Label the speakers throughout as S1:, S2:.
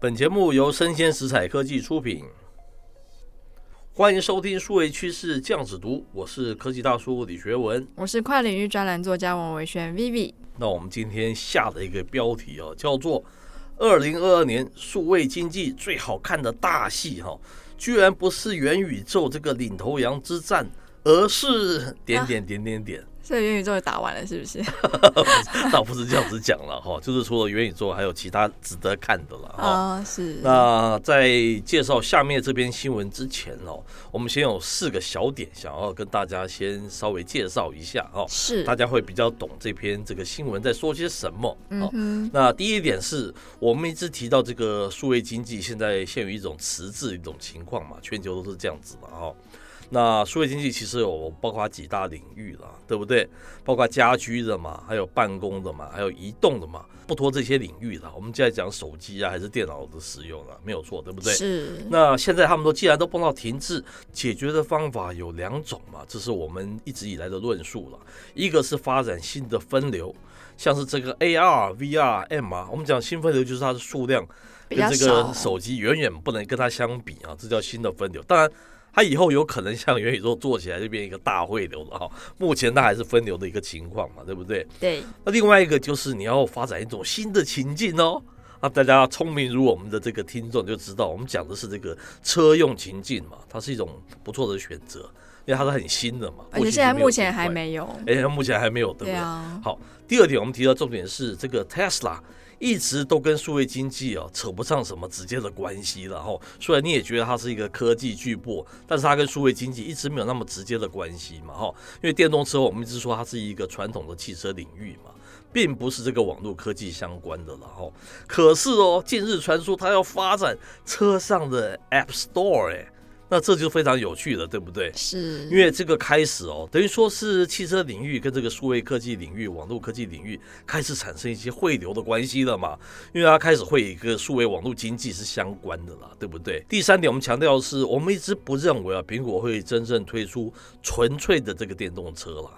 S1: 本节目由生鲜食材科技出品，欢迎收听数位趋势酱子读，我是科技大叔李学文。
S2: 我是跨领域专栏作家王维轩 Vivi。
S1: 那我们今天下的一个标题啊，叫做“二零二二年数位经济最好看的大戏、哈，居然不是元宇宙这个领头羊之战，而是点点点点点。
S2: 所以元宇宙也打完了，是不是？
S1: 倒不是这样子讲了哈，就是除了元宇宙，还有其他值得看的了 哈。
S2: 啊、是。
S1: 那在介绍下面这篇新闻之前哦，我们先有四个小点想要跟大家先稍微介绍一下哦，
S2: 是
S1: 大。家会比较懂这篇这个新闻在说些什么。
S2: 嗯
S1: 哦，
S2: 哼，
S1: 那第一点是我们一直提到这个数位经济现在陷于一种迟滞一种情况嘛，全球都是这样子嘛，哦。那数位经济其实有包括几大领域了，对不对？包括家居的嘛，还有办公的嘛，还有移动的嘛，不脱这些领域了。我们现在讲手机啊，还是电脑的使用了，没有错，对不对？
S2: 是。
S1: 那现在他们都既然都碰到停滞，解决的方法有两种嘛，这是我们一直以来的论述了。一个是发展新的分流，像是这个 AR、VR、MR，我们啊讲新分流就是它的数量
S2: 比较
S1: 跟这
S2: 少
S1: 个手机远远不能跟它相比啊，这叫新的分流。当然。它以后有可能像元宇宙做起来就变一个大汇流了哈、目前它还是分流的一个情况嘛，对不对？
S2: 对，
S1: 那另外一个就是你要发展一种新的情境哦。那大家聪明如我们的这个听众就知道，我们讲的是这个车用情境嘛，它是一种不错的选择，因为它是很新的嘛。
S2: 而且哎现在目前还
S1: 过去
S2: 没有。
S1: 是没有这一块，哎，目前还没有，对不
S2: 对
S1: 对？
S2: 啊，
S1: 好，第二点我们提到重点是这个 Tesla 一直都跟数位经济啊扯不上什么直接的关系了哈。虽然你也觉得它是一个科技巨擘，但是它跟数位经济一直没有那么直接的关系嘛哈。因为电动车我们一直说它是一个传统的汽车领域嘛。并不是这个网络科技相关的了哈，可是哦，近日传出它要发展车上的 App Store，哎，那这就非常有趣了，对不对？
S2: 是。
S1: 因为这个开始哦，等于说是汽车领域跟这个数位科技领域、网络科技领域开始产生一些汇流的关系了嘛，因为它啊开始会有一个数位网络经济是相关的啦，对不对？第三点，我们强调的是，我们一直不认为啊，苹果会真正推出纯粹的这个电动车啦。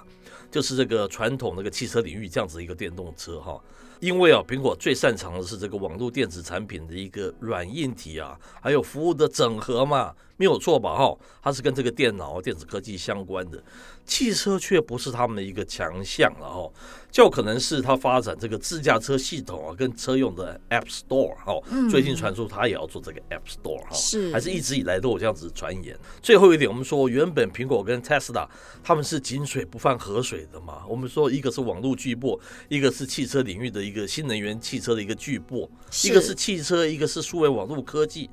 S1: 就是这个传统那个汽车领域这样子一个电动车哈，因为啊，苹果最擅长的是这个网络电子产品的一个软硬体啊，还有服务的整合嘛，没有错吧？哈，它是跟这个电脑、电子科技相关的，汽车却不是他们的一个强项了哈，较可能是它发展这个自驾车系统啊，跟车用的 App Store 哈、
S2: 嗯
S1: 最近传出它也要做这个 App Store 哈、
S2: 是
S1: 还是一直以来都有这样子传言。最后一点，我们说原本苹果跟 Tesla 他们是井水不犯河水的嘛，我们说一个是网络巨擘，一个是汽车领域的一个新能源汽车的一个巨擘，一个是汽车，一个是数位网络科技。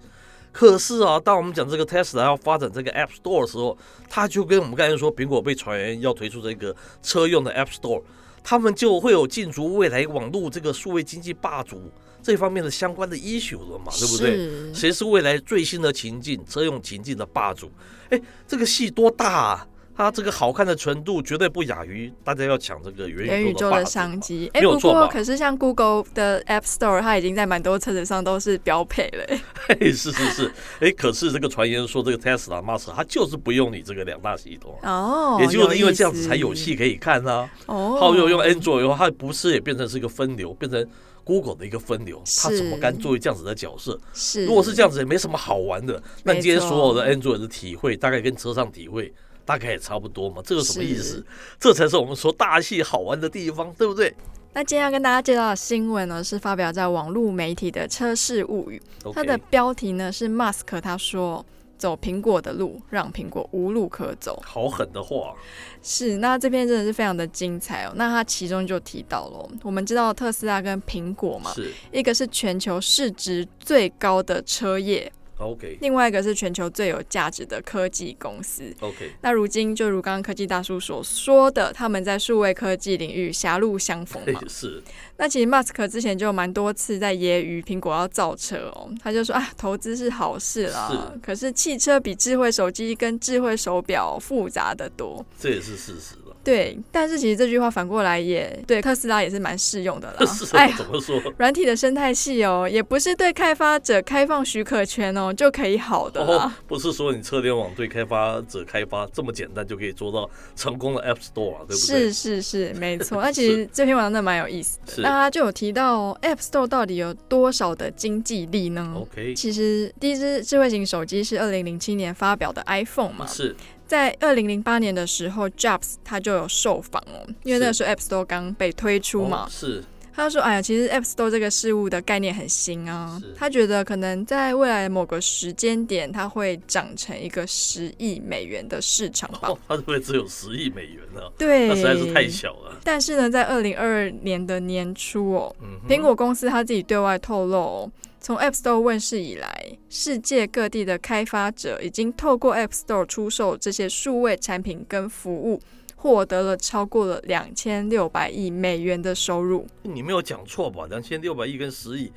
S1: 可是啊，当我们讲这个 Tesla 要发展这个 App Store 的时候，它就跟我们刚才说苹果被传言要推出这个车用的 App Store，他们就会有进逐未来网络这个数位经济霸主这方面的相关的 issue 了嘛，对不对？
S2: 是
S1: 谁是未来最新的情境车用情境的霸主？哎，这个戏多大啊！它这个好看的程度绝对不亚于大家要抢这个
S2: 元
S1: 元
S2: 宇
S1: 宇
S2: 宙
S1: 宙的霸
S2: 的
S1: 主
S2: 商
S1: 嘛
S2: 机，
S1: 没
S2: 哎、
S1: 有
S2: 不
S1: 错
S2: 过
S1: 吧
S2: 可是像 Google 的 App Store，它已经在蛮多车子上都是标配了、哎
S1: 嘿，是是是，哎，可是这个传言说这个 Tesla m a s 它就是不用你这个两大系统啊，
S2: 哦，
S1: 也就是因为这样
S2: 意
S1: 子
S2: 思
S1: 才有戏可以看啊。
S2: 哦，
S1: 它又用 Android 以后，它不是也变成是一个分流，变成 Google 的一个分流，它怎么
S2: 是
S1: 甘作为这样子的角色？
S2: 是，
S1: 如果是这样子，也没什么好玩的。那今天
S2: 没错
S1: 所有的 Android 的体会，大概跟车上体会大概也差不多嘛，这有什么意思
S2: 是？
S1: 这才是我们说大戏好玩的地方，对不对
S2: 那今天要跟大家介绍的新闻呢，是发表在网络媒体的《车市物语》，它的
S1: ？OK，
S2: 标题呢是 Musk 他说。走苹果的路，让苹果无路可走。
S1: 好狠的话，
S2: 是，那这篇真的是非常的精彩哦。那它其中就提到了，我们知道特斯拉跟苹果嘛，
S1: 是
S2: 一个是全球市值最高的车业，
S1: OK
S2: 另外一个是全球最有价值的科技公司。
S1: OK，
S2: 那如今就如刚刚科技大叔所说的，他们在数位科技领域狭路相逢嘛。
S1: 哎是
S2: 那其实 Musk 之前就有蛮多次在揶揄苹果要造车哦，他就说啊，投资是好事啦
S1: 是，
S2: 可是汽车比智慧手机跟智慧手表复杂的多。
S1: 这也是事实了。
S2: 对，但是其实这句话反过来也对特斯拉也是蛮适用的 啦。
S1: 是
S2: 哎
S1: 啊
S2: 呀，
S1: 怎么说？
S2: 软体的生态系哦，也不是对开发者开放许可权哦就可以好的啦。
S1: 哦，不是说你车联网对开发者开发这么简单就可以做到成功的 App Store，、啊、对不对？
S2: 是是是，没错。那其实这篇文章真的蛮有意思
S1: 是
S2: 的，那他就有提到、哦、App Store 到底有多少的经济力呢
S1: OK，
S2: 其实第一只智慧型手机是二零零七年发表的 iPhone 嘛，
S1: 是
S2: 在二零零八年的时候，Jobs 他就有受访哦，因为那个时候 App Store 刚被推出嘛
S1: 哦，是
S2: 他就说：“哎呀，其实 App Store 这个事物的概念很新啊
S1: 是，
S2: 他觉得可能在未来某个时间点，它会长成一个十亿美元的市场吧。
S1: 哦，它这边只有十亿美元呢、啊，
S2: 对，
S1: 那实在是太小了。
S2: 但是呢，在二零二二年的年初哦，
S1: 嗯哼，
S2: 苹果公司它自己对外透露、哦，从 App Store 问世以来，世界各地的开发者已经透过 App Store 出售这些数位产品跟服务，获得了超过了两千六百亿美元的收入。
S1: 你没有讲错吧？两千六百亿跟十亿，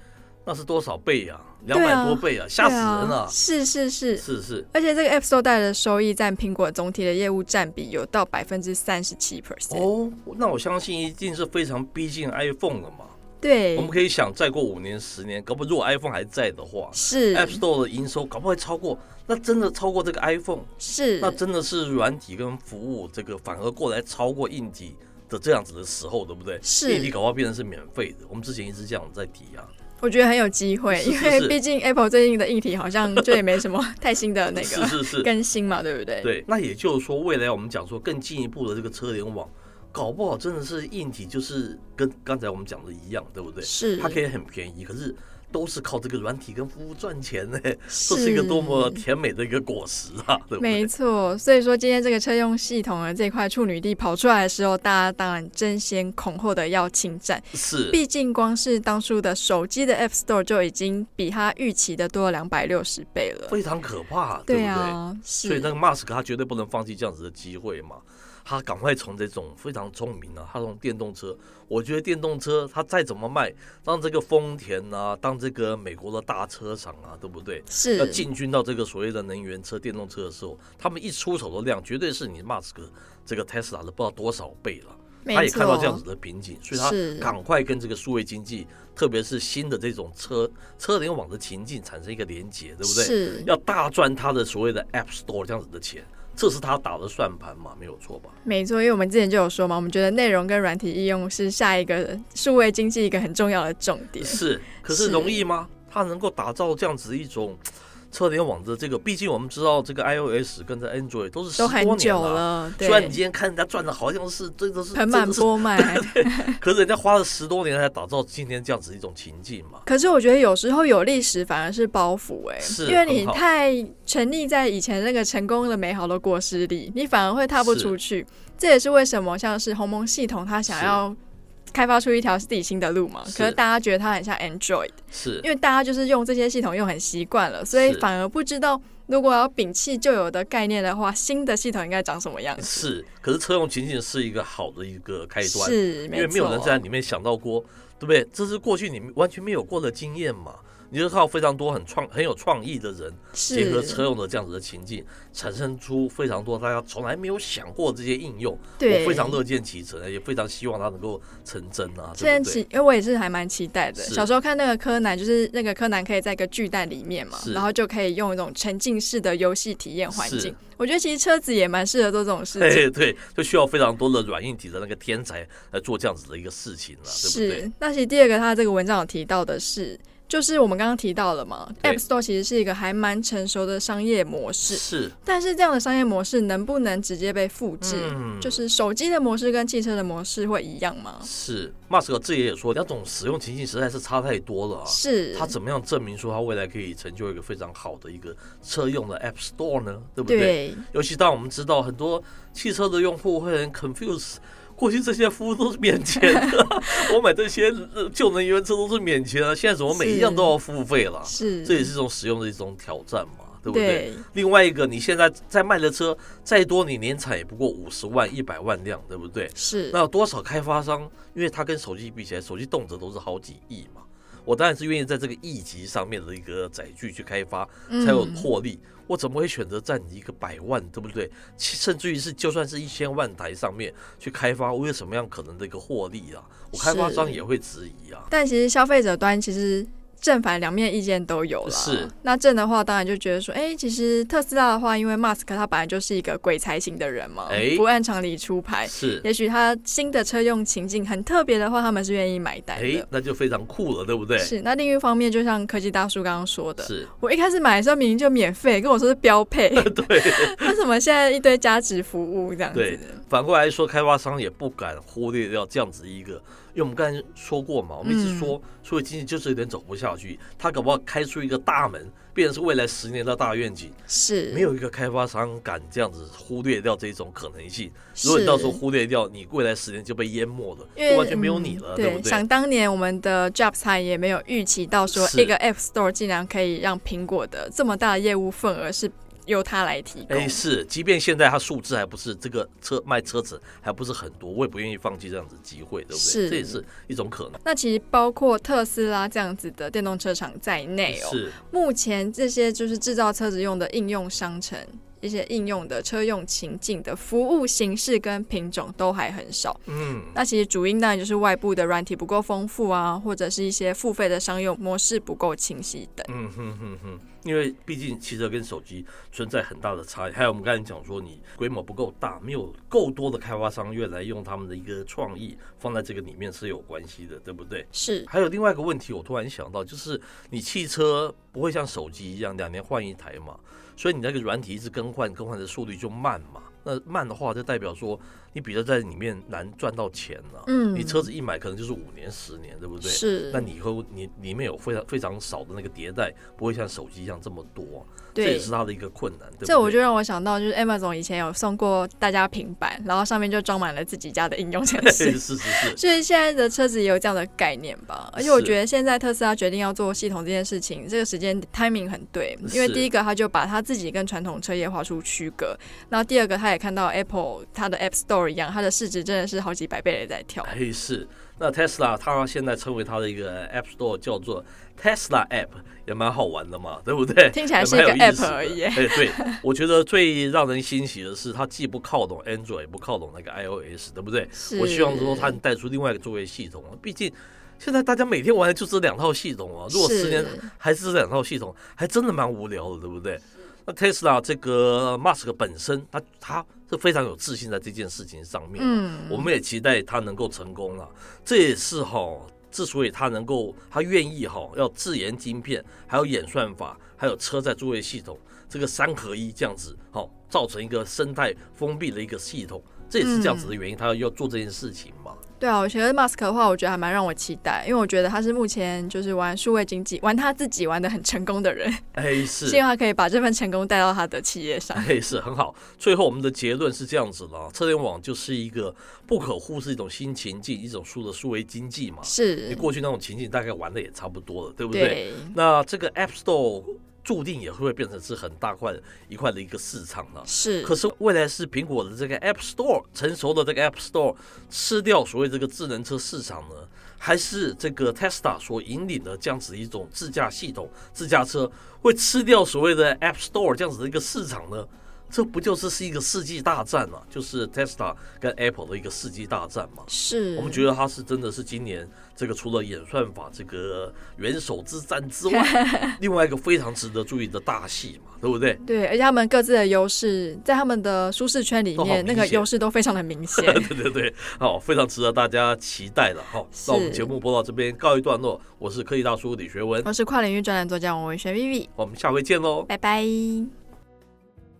S1: 那是多少倍啊？两
S2: 对
S1: 百
S2: 啊
S1: 多倍啊，吓死人
S2: 对
S1: 了、
S2: 啊！是是是。
S1: 是是，
S2: 而且这个 App Store 带来的收益占苹果总体的业务占比有到百分之三十七 percent。
S1: 哦，那我相信一定是非常逼近 iPhone 了嘛。
S2: 对
S1: 我，们可以想，再过五年、十年，搞不好如果 iPhone 还在的话
S2: 是
S1: ，App Store 的营收搞不好会超过，那真的超过这个 iPhone，
S2: 是
S1: 那真的是软体跟服务这个反而过来超过硬体的这样子的时候，对不对？
S2: 是
S1: 硬体搞不好变成是免费的，我们之前一直这样在提啊。
S2: 我觉得很有机会，
S1: 是是
S2: 因
S1: 是
S2: 为毕竟 Apple 最近的硬体好像就也没什么太新的那
S1: 是
S2: 个
S1: 是是，
S2: 更新嘛，对不对？
S1: 对，那也就是说，未来我们讲说更进一步的这个车联网，搞不好真的是硬体，就是跟刚才我们讲的一样，对不对？
S2: 是，
S1: 它可以很便宜，可是都是靠这个软体跟服务赚钱呢、 这
S2: 是
S1: 是一个多么甜美的一个果实啊，对不
S2: 没
S1: 对？
S2: 错，所以说今天这个车用系统的这块处女地跑出来的时候，大家当然争先恐后的要侵占。
S1: 是
S2: 毕竟光是当初的手机的 App Store 就已经比它预期的多了两百六十倍了。
S1: 非常可怕，对
S2: 对
S1: 不对？
S2: 啊，
S1: 所以那
S2: 是
S1: 个 Mask 他绝对不能放弃这样子的机会嘛，他赶快从这种非常聪明啊，他从电动车，我觉得电动车它再怎么卖，当这个丰田啊，当这个美国的大车厂啊，对不对？要
S2: 是
S1: 进军到这个所谓的能源车、电动车的时候，他们一出手的量绝对是你 Mask 这个 Tesla 的不知道多少倍了。他
S2: 没
S1: 也看到这样
S2: 错
S1: 子，的瓶颈，所
S2: 是
S1: 以他赶快跟这个数位经济，特别是新的这种车车联网的情境产生一个连结，对不对？
S2: 是
S1: 要大赚他的所谓的 App Store 这样子的钱，这是他打的算盘嘛，没有错吧？
S2: 没错，因为我们之前就有说嘛，我们觉得内容跟软体应用是下一个数位经济一个很重要的重点。
S1: 是，可是
S2: 是
S1: 容易吗？他能够打造这样子一种车联网的这个，毕竟我们知道这个 iOS 跟这 Android 都是十
S2: 都
S1: 多
S2: 很
S1: 年
S2: 久。了，对
S1: 虽，然你今天看人家赚的好像是真的是
S2: 盆满
S1: 真的是
S2: 钵满。
S1: 可是人家花了十多年才打造今天这样子一种情境嘛。
S2: 可是我觉得有时候有历史反而是包袱哎、
S1: 是
S2: 因为你
S1: 很好
S2: 太沉溺在以前那个成功的美好的果实里，你反而会踏不出去。这也是为什么像是鸿蒙系统，它想
S1: 是
S2: 要开发出一条自己新的路嘛。
S1: 是
S2: 可是大家觉得它很像 Android，
S1: 是
S2: 因为大家就是用这些系统用很习惯了，所以
S1: 是
S2: 反而不知道如果要摒弃旧有的概念的话，新的系统应该长什么样子。
S1: 是，可是车用情景是一个好的一个开端，
S2: 是，
S1: 因为没有人
S2: 错
S1: 在里面想到过，对不对？这是过去你完全没有过的经验嘛。你就靠非常多很创很有创意的人，
S2: 是
S1: 结合车用的这样子的情境，产生出非常多大家从来没有想过的这些应用。
S2: 对
S1: 我非常乐见其成，也非常希望它能够成真啊，
S2: 现
S1: 对
S2: 在
S1: 不
S2: 期
S1: 对？，
S2: 因为我也是还蛮期待的。
S1: 是
S2: 小时候看那个柯南，就是那个柯南可以在一个巨蛋里面嘛
S1: 是，
S2: 然后就可以用一种沉浸式的游戏体验环
S1: 是
S2: 境。我觉得其实车子也蛮适合嗯做这种事情。
S1: 嘿，对，就需要非常多的软硬体的那个天才来做这样子的一个事情了、对不对？
S2: 是，那其实第二个他这个文章有提到的是，就是我们刚刚提到了嘛
S1: 对
S2: ，App Store 其实是一个还蛮成熟的商业模式，
S1: 是，
S2: 但是这样的商业模式能不能直接被复制？
S1: 嗯
S2: 就是手机的模式跟汽车的模式会一样吗？
S1: 是，马斯克自己也说，两种使用情境实在是差太多了啊。
S2: 是，
S1: 他怎么样证明说他未来可以成就一个非常好的一个车用的 App Store 呢？对不对？
S2: 对，
S1: 尤其当我们知道很多汽车的用户会很 confuse。过去这些服务都是免钱 的，我买这些呃旧能源车都是免钱的，现在怎么每一样
S2: 是
S1: 都要付费了？
S2: 是，
S1: 这也是一种使用的一种挑战嘛，对不对？
S2: 对，
S1: 另外一个，你现在在卖的车再多，你年产也不过五十万、一百万辆，对不对？
S2: 是
S1: 那有多少开发商？因为它跟手机比起来，手机动辄都是好几亿嘛。我当然是愿意在这个一级上面的一个载具去开发，
S2: 嗯
S1: 才有获利。我怎么会选择在你一个百万，对不对？其甚至于是就算是一千万台上面去开发，我有什么样可能的一个获利啊？我开发商
S2: 是
S1: 也会质疑啊。
S2: 但其实消费者端其实正反两面意见都有啦。
S1: 是，
S2: 那正的话当然就觉得说，哎、其实特斯拉的话，因为马斯克他本来就是一个鬼才型的人嘛，
S1: 哎
S2: 不按常理出牌。
S1: 是，
S2: 哎也许他新的车用情境很特别的话，他们是愿意买单
S1: 哎
S2: 的。，
S1: 那就非常酷了，对不对？
S2: 是，那另一方面，就像科技大叔刚刚说的，
S1: 是，
S2: 我一开始买的时候明明就免费，跟我说是标配，
S1: 对。
S2: 为什么现在一堆加值服务这样
S1: 对
S2: 子？
S1: 反过来说，开发商也不敢忽略掉这样子一个，因为我们刚才说过嘛，我们一
S2: 嗯
S1: 直说数位经济就是有点走不下去，它搞不好开出一个大门，变成是未来十年的大愿景，
S2: 是，
S1: 没有一个开发商敢这样子忽略掉这种可能性。
S2: 是，
S1: 如果你到时候忽略掉，你未来十年就被淹没了，
S2: 因为
S1: 就完全没有你了，
S2: 嗯
S1: 对不
S2: 想
S1: 对？
S2: 当年我们的 Jobs 他也没有预期到说
S1: 是
S2: 一个 App Store 竟然可以让苹果的这么大的业务份额是由他来提供。
S1: 哎，是，即便现在它数字还不是这个车卖车子还不是很多，我也不愿意放弃这样子机会，对不对？
S2: 是
S1: 这也是一种可能。
S2: 那其实包括特斯拉这样子的电动车厂在内哦，
S1: 是
S2: 目前这些就是制造车子用的应用商城。一些应用的车用情境的服务形式跟品种都还很少，
S1: 嗯，
S2: 那其实主因当然就是外部的软体不够丰富啊，或者是一些付费的商用模式不够清晰等。
S1: 嗯哼哼哼，因为毕竟汽车跟手机存在很大的差异，还有我们刚才讲说你规模不够大，没有够多的开发商愿来用他们的一个创意放在这个里面是有关系的，对不对？
S2: 是，
S1: 还有另外一个问题，我突然想到，就是你汽车不会像手机一样两年换一台嘛，所以你那个软体一直更换，更换的速率就慢嘛。那慢的话，就代表说你比较在里面难赚到钱了、
S2: 嗯，
S1: 你车子一买可能就是五年、十年，对不对？
S2: 是，
S1: 那你以后你里面有非常非常少的那个迭代，不会像手机一样这么多，这也
S2: 对
S1: 是，它的一个困难，对不对？
S2: 这 我就让我想到，就是 Amazon 以前有送过大家平板，然后上面就装满了自己家的应用程
S1: 是
S2: 式。
S1: 是是是，
S2: 所以现在的车子也有这样的概念吧，而且我觉得现在特斯拉决定要做系统这件事情，这个时间 timing 很对，因为
S1: 是
S2: 第一个它就把它自己跟传统车业划出区隔，然后第二个它也看到 Apple 它的 App Store 一样，它的市值真的是好几百倍的在跳。
S1: 哎是。那 Tesla 它现在称为它的一个 App Store 叫做 Tesla App，也蛮好玩的嘛，对不对？
S2: 听起来是
S1: 也蛮
S2: 一个
S1: 有意思
S2: app
S1: 的
S2: 而 已
S1: 哎，对，我觉得最让人欣喜的是，它既不靠拢 Android，也不靠拢那个 iOS，对不对？
S2: 是，
S1: 我希望说它能带出另外一个作为系统，啊毕竟现在大家每天玩的就这两套系统啊，如果
S2: 是
S1: 十年还是这两套系统，还真的蛮无聊的，对不对？那 Tesla 这个 Musk 本身，他他是非常有自信在这件事情上面，，
S2: 嗯，
S1: 我们也期待他能够成功了、这也是哈，之所以他能够，他愿意哈，要自研晶片，还有演算法，还有车载作业系统，这个三合一这样子，好，造成一个生态封闭的一个系统，这也是这样子的原因，他要做这件事情嘛。
S2: 对啊，我觉得 Musk 的话，我觉得还蛮让我期待，因为我觉得他是目前就是玩数位经济、玩他自己玩的很成功的人，
S1: 哎，
S2: 希
S1: 是。
S2: 望他可以把这份成功带到他的企业上。
S1: 哎，是很好。最后我们的结论是这样子的啊，车联网就是一个不可忽视一种新情境，一种数的数维经济嘛。你
S2: 是，
S1: 过去那种情境大概玩的也差不多了，对不
S2: 对，
S1: 那这个 App Store 注定也会变成是很大块一块的一个市场了。
S2: 是
S1: 可，是未来是苹果的这个 App Store 成熟的这个 App Store 吃掉所谓这个智能车市场呢，还是这个 Tesla 所引领的这样子一种自驾系统、自驾车会吃掉所谓的 App Store 这样子的一个市场呢？这不就是是一个世纪大战嘛、就是 Tesla 跟 Apple 的一个世纪大战嘛？
S2: 是，
S1: 我们觉得它是真的是今年这个除了演算法这个元首之战之外，另外一个非常值得注意的大戏嘛，对不对？
S2: 对，而且他们各自的优势，在他们的舒适圈里
S1: 都好
S2: 面，那
S1: 明
S2: 个
S1: 显
S2: 优势都非常的明显。
S1: 对对对，好，非常值得大家期待了哈。那我们
S2: 是
S1: 节目播到这边告一段落，我是科技大叔李学文，
S2: 我是跨领域专栏作家王文轩 Vivi，
S1: 我们下回见喽。
S2: 拜拜。